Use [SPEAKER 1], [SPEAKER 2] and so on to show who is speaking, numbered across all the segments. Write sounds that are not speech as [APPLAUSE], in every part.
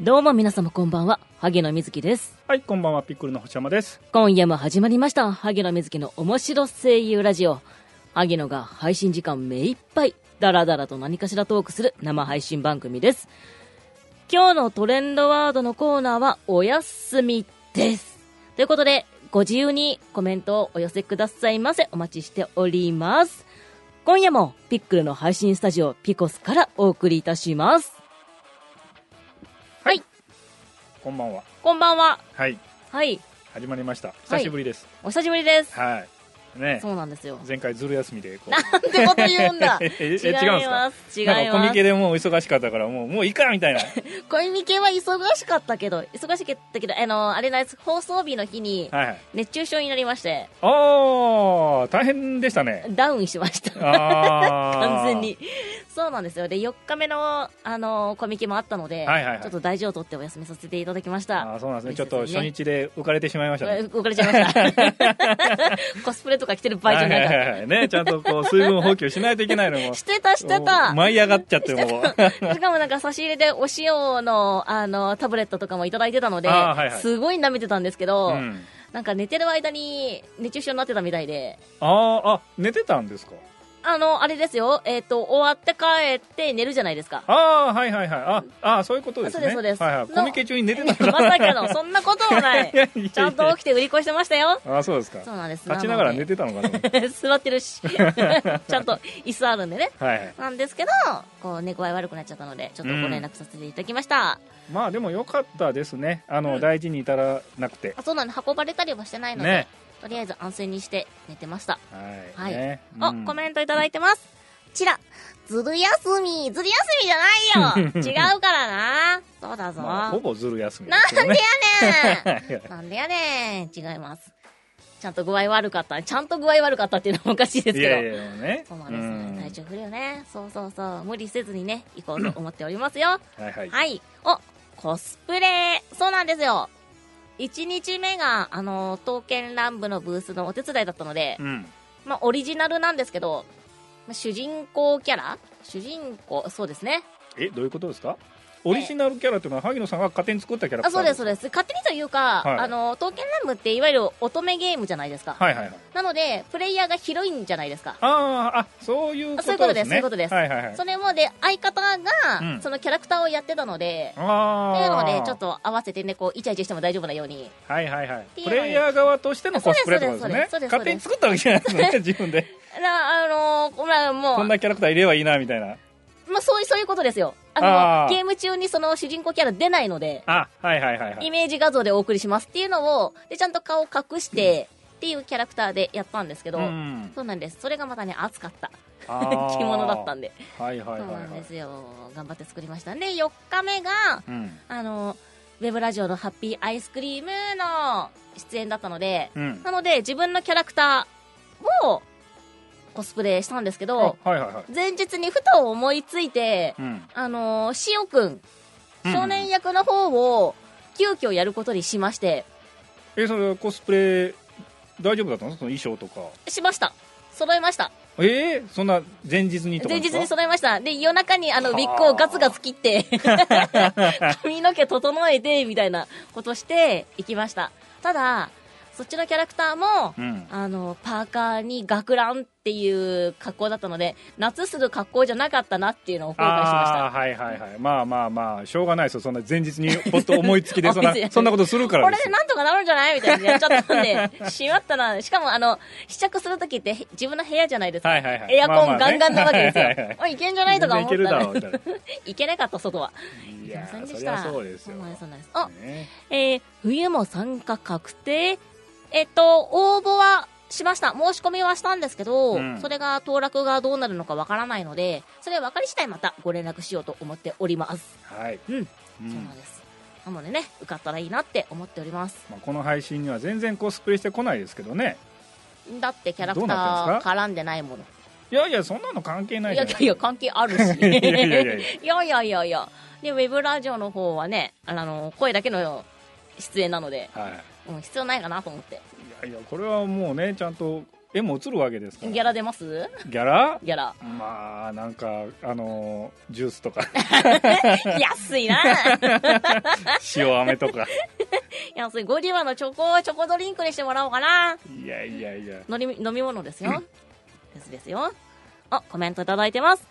[SPEAKER 1] どうも皆様こんばんは、萩野瑞希です。
[SPEAKER 2] はい、こんばんは、ピックルの星山です。
[SPEAKER 1] 今夜も始まりました、萩野瑞希の面白声優ラジオ。萩野が配信時間目いっぱい、ダラダラと何かしらトークする生配信番組です。今日のトレンドワードのコーナーは、おやすみです。ということで、ご自由にコメントをお寄せくださいませ。お待ちしております。今夜もピックルの配信スタジオピコスからお送りいたします。はい、
[SPEAKER 2] こんばんは。
[SPEAKER 1] こんばんは。
[SPEAKER 2] はい、
[SPEAKER 1] はい、
[SPEAKER 2] 始まりました。
[SPEAKER 1] はい
[SPEAKER 2] 久しぶりです。
[SPEAKER 1] お久しぶりです。
[SPEAKER 2] はい。ね
[SPEAKER 1] そうなんですよ。
[SPEAKER 2] 前回ずる休みで、こう。
[SPEAKER 1] なんてこと言うんだ
[SPEAKER 2] ええ
[SPEAKER 1] 違い
[SPEAKER 2] [LAUGHS] 違うん
[SPEAKER 1] ま
[SPEAKER 2] すか
[SPEAKER 1] [LAUGHS] す違い
[SPEAKER 2] なんかコ
[SPEAKER 1] ま
[SPEAKER 2] ミケ
[SPEAKER 1] す
[SPEAKER 2] でもう忙しかったから、もう、もういいか
[SPEAKER 1] [LAUGHS]
[SPEAKER 2] みたいな。
[SPEAKER 1] コミケは忙しかったけど忙しかったけどあのあれなんです放送日の日に
[SPEAKER 2] はいはい。
[SPEAKER 1] 熱中症になりまして
[SPEAKER 2] あー、大変でしたね。
[SPEAKER 1] ダウンしました
[SPEAKER 2] あ
[SPEAKER 1] [LAUGHS]
[SPEAKER 2] ー。
[SPEAKER 1] 完全に。そうなんですよで4日目のあのコミケもあったので、
[SPEAKER 2] はいはいはい
[SPEAKER 1] ちょっと大事を取ってお休みさせていただきました
[SPEAKER 2] あーそうなんですね。ちょっと
[SPEAKER 1] そうです
[SPEAKER 2] 初
[SPEAKER 1] ね
[SPEAKER 2] 日で浮かれてしまいましたね。
[SPEAKER 1] 遅れちゃいました
[SPEAKER 2] [LAUGHS]
[SPEAKER 1] コスプレとか着てる場合じゃなかった、
[SPEAKER 2] はいはいはいはいね、ちゃんとこう、水分補給しないといけないのも。
[SPEAKER 1] してたしてた
[SPEAKER 2] 舞い上がっちゃって、もう。 [LAUGHS]
[SPEAKER 1] しかもなんか差し入れでお塩のあのタブレットとかもいただいてたので、
[SPEAKER 2] あーはいはい
[SPEAKER 1] すごい舐めてたんですけど、
[SPEAKER 2] うん
[SPEAKER 1] なんか寝てる間に熱中症になってたみたいで、
[SPEAKER 2] あー、あ、寝てたんですか
[SPEAKER 1] あの、あれですよ、えっ、と、終わって帰って寝るじゃないですか。
[SPEAKER 2] ああはいはいはいああーそういうことです
[SPEAKER 1] そ
[SPEAKER 2] ね
[SPEAKER 1] うですそうです
[SPEAKER 2] はいはい、
[SPEAKER 1] の
[SPEAKER 2] コミケ中に寝て
[SPEAKER 1] ま
[SPEAKER 2] た
[SPEAKER 1] さ
[SPEAKER 2] のか
[SPEAKER 1] かの、そんなこともない
[SPEAKER 2] [LAUGHS] いやいやいや。
[SPEAKER 1] ちゃんと起きて売り越してましたよ。
[SPEAKER 2] ああそうですか
[SPEAKER 1] そうなんです
[SPEAKER 2] 立ちながら寝てたのかと思って
[SPEAKER 1] て [LAUGHS] 座ってるし、 [LAUGHS] ちゃんと椅子あるんでね。
[SPEAKER 2] はいはい
[SPEAKER 1] なんですけど、こう、寝具合悪くなっちゃったので、ちょっとご連絡させていただきました。
[SPEAKER 2] まあでもよかったですねあの、
[SPEAKER 1] うん
[SPEAKER 2] 大事に至らなくて
[SPEAKER 1] あそうなんで、運ばれたりはしてないので、
[SPEAKER 2] ね
[SPEAKER 1] とりあえず安静にして寝てました。
[SPEAKER 2] は
[SPEAKER 1] は
[SPEAKER 2] い、
[SPEAKER 1] い
[SPEAKER 2] ね
[SPEAKER 1] お、
[SPEAKER 2] うん
[SPEAKER 1] コメントいただいてます。チラ、ずる休み、ずる休みじゃないよ
[SPEAKER 2] [LAUGHS]
[SPEAKER 1] 違うからな。そうだぞ。
[SPEAKER 2] まあ、ほぼずる休み
[SPEAKER 1] なんでや
[SPEAKER 2] ね
[SPEAKER 1] ねんなんでやねん違います。ちゃんと具合悪かった。ちゃんと具合悪かったっていうのもおかしいです
[SPEAKER 2] い
[SPEAKER 1] けど。
[SPEAKER 2] やいやいやね
[SPEAKER 1] そうなんですね、体調不良ね。そうそうそう。無理せずにね、行こうと思っておりますよ。
[SPEAKER 2] うんはいはい、
[SPEAKER 1] はい。お、コスプレそうなんですよ。1日目が、あの、刀剣乱舞のブースのお手伝いだったので
[SPEAKER 2] う、ん
[SPEAKER 1] まあ、オリジナルなんですけど、まあ主人公キャラ主人公、そうですね。
[SPEAKER 2] えどういうことですかオリジナルキャラっていうのは萩野さんが勝手に作ったキャラクタ
[SPEAKER 1] あ、
[SPEAKER 2] ー
[SPEAKER 1] そうです、そう
[SPEAKER 2] です
[SPEAKER 1] です。勝手にというか、
[SPEAKER 2] はい
[SPEAKER 1] あの、刀剣乱舞っていわゆる乙女ゲームじゃないですか。
[SPEAKER 2] はいはいはい
[SPEAKER 1] なので、プレイヤーがヒロインじゃないですか。
[SPEAKER 2] あーあそういうこ
[SPEAKER 1] あそういうこと
[SPEAKER 2] と
[SPEAKER 1] で
[SPEAKER 2] ですす
[SPEAKER 1] そうい
[SPEAKER 2] ね
[SPEAKER 1] うことです
[SPEAKER 2] はいはいはい
[SPEAKER 1] それもで、相方が、
[SPEAKER 2] うん
[SPEAKER 1] そのキャラクターをやってたので、っていう
[SPEAKER 2] あ
[SPEAKER 1] の
[SPEAKER 2] あ
[SPEAKER 1] で、ちょっと合わせてね、こう、イチャイチャしても大丈夫なように。
[SPEAKER 2] はいはいはい
[SPEAKER 1] ていうの
[SPEAKER 2] プ
[SPEAKER 1] に
[SPEAKER 2] レイヤー側としてのコスプレってことですね
[SPEAKER 1] そうですそうですそうです
[SPEAKER 2] 勝手に作ったわけじゃないですよね自分で
[SPEAKER 1] な、あのー、まあ、も
[SPEAKER 2] こ
[SPEAKER 1] う、
[SPEAKER 2] んなキャラクターいればいいなみたい
[SPEAKER 1] [LAUGHS]
[SPEAKER 2] な
[SPEAKER 1] まあ、そういう、そういうことですよ。あの、
[SPEAKER 2] あー
[SPEAKER 1] ゲーム中にその主人公キャラ出ないので、
[SPEAKER 2] あはいはいはいは
[SPEAKER 1] イ
[SPEAKER 2] い
[SPEAKER 1] メージ画像でお送りしますっていうのを、で、ちゃんと顔隠して、っていうキャラクターでやったんですけど、 [LAUGHS]
[SPEAKER 2] うん
[SPEAKER 1] そうなんです。それがまたね、熱かった。
[SPEAKER 2] あー
[SPEAKER 1] 着物だったんで。
[SPEAKER 2] はいはいはい
[SPEAKER 1] そう
[SPEAKER 2] は
[SPEAKER 1] なん
[SPEAKER 2] い
[SPEAKER 1] ですよ。頑張って作りました。で、4日目が、
[SPEAKER 2] うん
[SPEAKER 1] あの、ウェブラジオのハッピーアイスクリームの出演だったので、
[SPEAKER 2] うん
[SPEAKER 1] なので自分のキャラクターをコスプレしたんですけ
[SPEAKER 2] あ
[SPEAKER 1] ど
[SPEAKER 2] は、いはいはい
[SPEAKER 1] 前日にふと思いついて、
[SPEAKER 2] うん
[SPEAKER 1] あのー、しおくん、
[SPEAKER 2] うん
[SPEAKER 1] 少年役の方を急遽やることにしまして、
[SPEAKER 2] えそれコスプレ大丈夫だったのその衣装とか
[SPEAKER 1] しました。揃えました。
[SPEAKER 2] えーそんな前日にとか
[SPEAKER 1] 前
[SPEAKER 2] です
[SPEAKER 1] 日
[SPEAKER 2] か
[SPEAKER 1] に揃えました。で、夜中にあの、ウ
[SPEAKER 2] はあ
[SPEAKER 1] ィッグをガツガツ切っ
[SPEAKER 2] [LAUGHS]
[SPEAKER 1] て、髪の毛整えて、みたいなことして、行きました。ただ、そっちのキャラクターも、
[SPEAKER 2] うん
[SPEAKER 1] あの、パーカーに学ランっていう格好だったので、夏する格好じゃなかったなっていうのを後悔しました。
[SPEAKER 2] あーはいはいはいまあまあまあしょうがないですよそんな前日にポッと思いつきでそ
[SPEAKER 1] [LAUGHS]
[SPEAKER 2] ん
[SPEAKER 1] 思いつ
[SPEAKER 2] ないそんなことするから
[SPEAKER 1] こ
[SPEAKER 2] で
[SPEAKER 1] れ
[SPEAKER 2] す
[SPEAKER 1] でなんとかなるんじゃないみたいにやっちゃったん
[SPEAKER 2] [LAUGHS]
[SPEAKER 1] で、しまったな。しかも、あの、試着するときってへ自分の部屋じゃないですか。
[SPEAKER 2] はいはいはい
[SPEAKER 1] エアコンガンガンなわけですよ。
[SPEAKER 2] まあまあね [LAUGHS] はいはい
[SPEAKER 1] おい、いけんじゃないとか思った
[SPEAKER 2] 全然いけるだ
[SPEAKER 1] ら、
[SPEAKER 2] ろうみたいな
[SPEAKER 1] [LAUGHS] いけなかった、外は。
[SPEAKER 2] い
[SPEAKER 1] いけま
[SPEAKER 2] や
[SPEAKER 1] せんで
[SPEAKER 2] ー
[SPEAKER 1] し
[SPEAKER 2] そり
[SPEAKER 1] た。
[SPEAKER 2] ゃそうですよ
[SPEAKER 1] そうなんです、そうなんです。あ、
[SPEAKER 2] ね
[SPEAKER 1] えー冬も参加確定。えっと、応募はしました。申し込みはしたんですけど、
[SPEAKER 2] うん
[SPEAKER 1] それが当落がどうなるのかわからないので、それは分かり次第またご連絡しようと思っております。
[SPEAKER 2] はい、
[SPEAKER 1] うん、
[SPEAKER 2] うん
[SPEAKER 1] そうなんです。なのでね、受かったらいいなって思っております。
[SPEAKER 2] まあ、この配信には全然コスプレしてこないですけどね
[SPEAKER 1] だってキャラク
[SPEAKER 2] どう
[SPEAKER 1] タ
[SPEAKER 2] なってん
[SPEAKER 1] ー
[SPEAKER 2] ですか
[SPEAKER 1] 絡んでないもの。
[SPEAKER 2] いやいやそんなの関係ない
[SPEAKER 1] い
[SPEAKER 2] じゃ
[SPEAKER 1] や
[SPEAKER 2] ない
[SPEAKER 1] やい
[SPEAKER 2] い
[SPEAKER 1] や、関係あるし。い
[SPEAKER 2] [LAUGHS] いやいやいやいや
[SPEAKER 1] やいやいやいや。で、ウェブラジオの方はね、あの、声だけの出演なので、
[SPEAKER 2] はい
[SPEAKER 1] うん、必要ないかなと思って。
[SPEAKER 2] いやいやこれはもうねちゃんと絵も映るわけですから
[SPEAKER 1] ギャラ出ます
[SPEAKER 2] ギャラ
[SPEAKER 1] ギャラ
[SPEAKER 2] まあなんかあのージュースとか
[SPEAKER 1] [LAUGHS] 安いな [LAUGHS]
[SPEAKER 2] 塩飴とか
[SPEAKER 1] 安いゴディバのチョコをチョコドリンクにしてもらおうかない
[SPEAKER 2] やいやいや
[SPEAKER 1] のり [LAUGHS] 飲み物ですよですですよあコメントいただいてます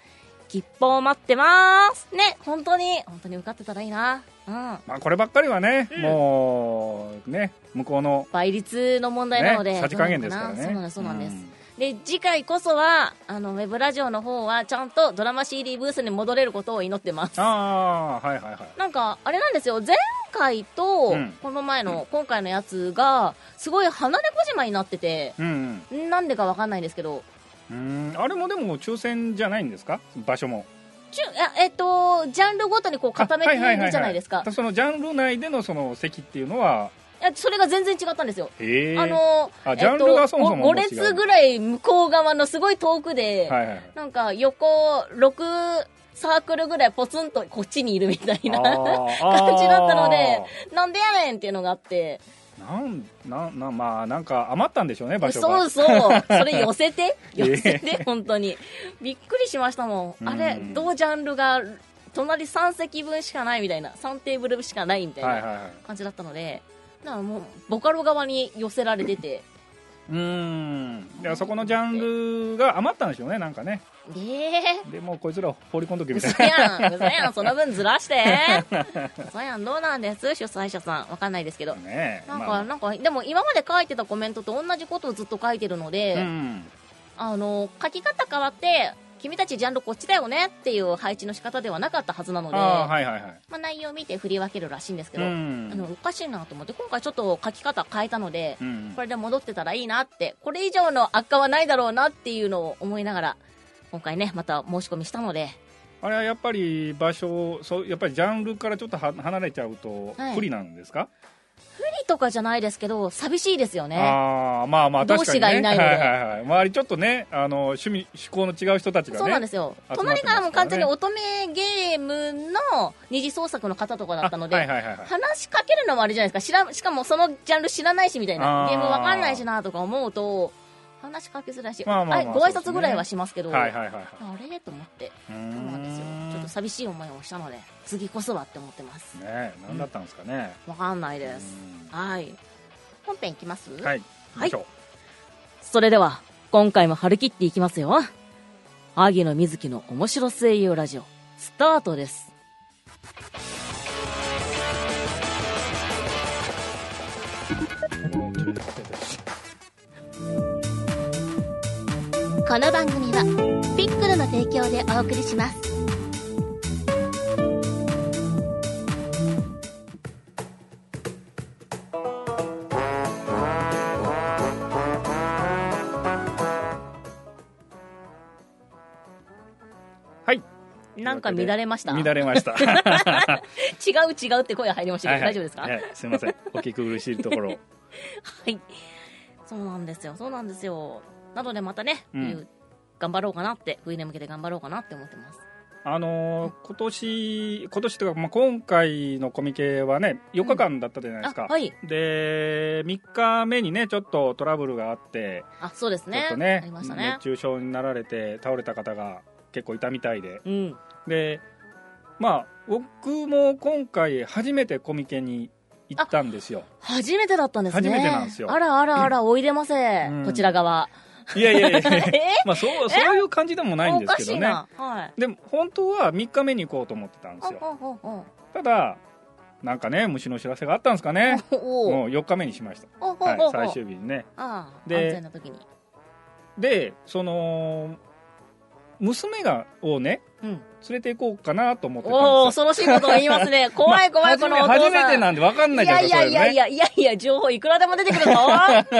[SPEAKER 1] 切符を待ってますね本当に本当に受かってたらいいなうん
[SPEAKER 2] まあこればっかりはね、もうね向こうの
[SPEAKER 1] 倍率の問題なので、
[SPEAKER 2] ねさじ加減ですからね
[SPEAKER 1] そうなんですそうなんです、
[SPEAKER 2] うん
[SPEAKER 1] で次回こそはあのウェブラジオの方はちゃんとドラマ CD ブースに戻れることを祈ってます
[SPEAKER 2] ああはいはいはい
[SPEAKER 1] なんかあれなんですよ前回と
[SPEAKER 2] うん
[SPEAKER 1] この前の、今回のやつがすごい離れ小島になってて
[SPEAKER 2] うん
[SPEAKER 1] なんでかわかんないんですけど
[SPEAKER 2] うんうんあれもでも抽選じゃないんですか場所も
[SPEAKER 1] ちゅあえっとジャンルごとにこう固めて
[SPEAKER 2] あはいはいはい
[SPEAKER 1] る
[SPEAKER 2] はい
[SPEAKER 1] じゃないですか
[SPEAKER 2] そのジャンル内でのその席っていうのはい
[SPEAKER 1] やそれが全然違ったんですよ
[SPEAKER 2] へえ
[SPEAKER 1] あの
[SPEAKER 2] あジャンルがそもそも
[SPEAKER 1] 5
[SPEAKER 2] もう違う
[SPEAKER 1] 列ぐらい向こう側のすごい遠くで、
[SPEAKER 2] はいはいはい
[SPEAKER 1] なんか横6サークルぐらいポツンとこっちにいるみたいな感
[SPEAKER 2] 感
[SPEAKER 1] じだったので、 [LAUGHS] なんでやねんっていうのがあって、
[SPEAKER 2] なんなんなんまあなんか余ったんでしょうね場所が
[SPEAKER 1] そうそう、それ寄せて、寄
[SPEAKER 2] [LAUGHS] え
[SPEAKER 1] せて、本当に。びっくりしましたも。
[SPEAKER 2] うんん
[SPEAKER 1] あれ、同ジャンルが隣3席分しかないみたいな、3テーブルしかないみたい
[SPEAKER 2] はい
[SPEAKER 1] な
[SPEAKER 2] はいはい
[SPEAKER 1] 感じだったので、だからもう、ボカロ側に寄せられてて、
[SPEAKER 2] うーんいやそこのジャンルが余ったんでしょうねなんかね
[SPEAKER 1] えー、
[SPEAKER 2] でもうこいつら放り込んどけみたい
[SPEAKER 1] 嘘やん、嘘やん、その分ずら
[SPEAKER 2] [LAUGHS]
[SPEAKER 1] して。嘘やん、どうなんです主催者さん。わかんないですけど
[SPEAKER 2] な。ね
[SPEAKER 1] なんか、
[SPEAKER 2] まあ
[SPEAKER 1] なんか、でも今まで書いてたコメントと同じことをずっと書いてるので、
[SPEAKER 2] うん
[SPEAKER 1] あの、書き方変わって、君たちジャンルこっちだよねっていう配置の仕方ではなかったはずなので、
[SPEAKER 2] ああはいはいはい
[SPEAKER 1] まあ、内容を見て振り分けるらしいんですけ
[SPEAKER 2] う
[SPEAKER 1] ど、
[SPEAKER 2] ん
[SPEAKER 1] あのおかしいなと思って、今回ちょっと書き方変えたので、
[SPEAKER 2] うん
[SPEAKER 1] これで戻ってたらいいなって、これ以上の悪化はないだろうなっていうのを思いながら、今回ね、また申し込みしたので、
[SPEAKER 2] あれはやっぱり場所そうやっぱりジャンルからちょっとは離れちゃうと
[SPEAKER 1] はい
[SPEAKER 2] 不利なんですか、
[SPEAKER 1] 無理とかじゃないですけど、寂しいですよね。
[SPEAKER 2] ああまあまあ
[SPEAKER 1] 同
[SPEAKER 2] 確か
[SPEAKER 1] 志
[SPEAKER 2] に、ね、
[SPEAKER 1] がいないので
[SPEAKER 2] はいはいはい、周りちょっとねあの趣味趣向の違う人たちがね
[SPEAKER 1] そうなんですよ、
[SPEAKER 2] 集まっ
[SPEAKER 1] 隣
[SPEAKER 2] てますからね
[SPEAKER 1] からも完全に乙女ゲームの二次創作の方とかだったので、
[SPEAKER 2] あはいはいはいはい
[SPEAKER 1] 話しかけるのもあれじゃないですか知らんしかもそのジャンル知らないしみたいな
[SPEAKER 2] あー
[SPEAKER 1] ゲームわかんないしなとか思うと話しかけづらいし、
[SPEAKER 2] まあまあま
[SPEAKER 1] あ
[SPEAKER 2] あ
[SPEAKER 1] ご挨拶ぐらいはしますけど、
[SPEAKER 2] はいはいはいはい
[SPEAKER 1] あれと思って
[SPEAKER 2] うー
[SPEAKER 1] そうなんですよちょっと寂しい思いをしたので次こそはって思ってます
[SPEAKER 2] ねえ何だったんですかね、
[SPEAKER 1] わかんないですはい本編いきます、
[SPEAKER 2] はい
[SPEAKER 1] はい
[SPEAKER 2] 行きましょう
[SPEAKER 1] それでは今回も張り切っていきますよ萩野瑞希の面白声優ラジオスタートです
[SPEAKER 3] この番組はピックルの提供でお送りします
[SPEAKER 2] はい
[SPEAKER 1] なんか乱れました
[SPEAKER 2] 乱れました
[SPEAKER 1] [LAUGHS] 違う違うって声が入りましたけど、大丈夫ですか、
[SPEAKER 2] はいはいすいませんお聞き苦しいところ
[SPEAKER 1] はい。そうなんですよ、そうなんですよ。なのでまたね、
[SPEAKER 2] うん
[SPEAKER 1] 冬頑張ろうかなって、冬に向けて頑張ろうかなって思ってます。
[SPEAKER 2] あのー今年今年というか、まあ、今回のコミケはね4日間だったじゃないですか、
[SPEAKER 1] あ、はい。
[SPEAKER 2] で3日目にねちょっとトラブルがあって、
[SPEAKER 1] あ、そうです
[SPEAKER 2] ちょ
[SPEAKER 1] ね
[SPEAKER 2] っ。と
[SPEAKER 1] あ
[SPEAKER 2] ね
[SPEAKER 1] りましたね
[SPEAKER 2] 熱。中症になられて倒れた方が結構いたみたいで
[SPEAKER 1] うん。
[SPEAKER 2] でまあ僕も今回初めてコミケに行ったんですよ
[SPEAKER 1] 初めてだったんですね。
[SPEAKER 2] 初めてなんですよ
[SPEAKER 1] あらあらあら、おいでませ、
[SPEAKER 2] うん
[SPEAKER 1] こちら側。
[SPEAKER 2] いやいやいや
[SPEAKER 1] [LAUGHS] え
[SPEAKER 2] まあそうそういう感じでもないん
[SPEAKER 1] お
[SPEAKER 2] です
[SPEAKER 1] か
[SPEAKER 2] け
[SPEAKER 1] しい
[SPEAKER 2] どね
[SPEAKER 1] な。はい。
[SPEAKER 2] でも本当は3日目に行こうと思ってたんですよ
[SPEAKER 1] おおおお
[SPEAKER 2] ただなんかね虫の知らせがあったんですかね
[SPEAKER 1] おお
[SPEAKER 2] もう4日目にしました、
[SPEAKER 1] おお
[SPEAKER 2] はい
[SPEAKER 1] お、
[SPEAKER 2] 最終日にね
[SPEAKER 1] ああ、安
[SPEAKER 2] で
[SPEAKER 1] 全な時に。
[SPEAKER 2] でその娘がをね
[SPEAKER 1] うん。
[SPEAKER 2] 連れて行こうかなと思ってたんです
[SPEAKER 1] おお、
[SPEAKER 2] よ
[SPEAKER 1] 恐ろしいことを言いますね。怖い怖い、このお父さん。
[SPEAKER 2] [LAUGHS] 初め初めてなんで分かんない
[SPEAKER 1] い
[SPEAKER 2] じゃ
[SPEAKER 1] や
[SPEAKER 2] ない
[SPEAKER 1] い
[SPEAKER 2] ですか
[SPEAKER 1] やいやい
[SPEAKER 2] や
[SPEAKER 1] やいやいや、情報いくらでも出てくる
[SPEAKER 2] [LAUGHS]
[SPEAKER 1] ぞ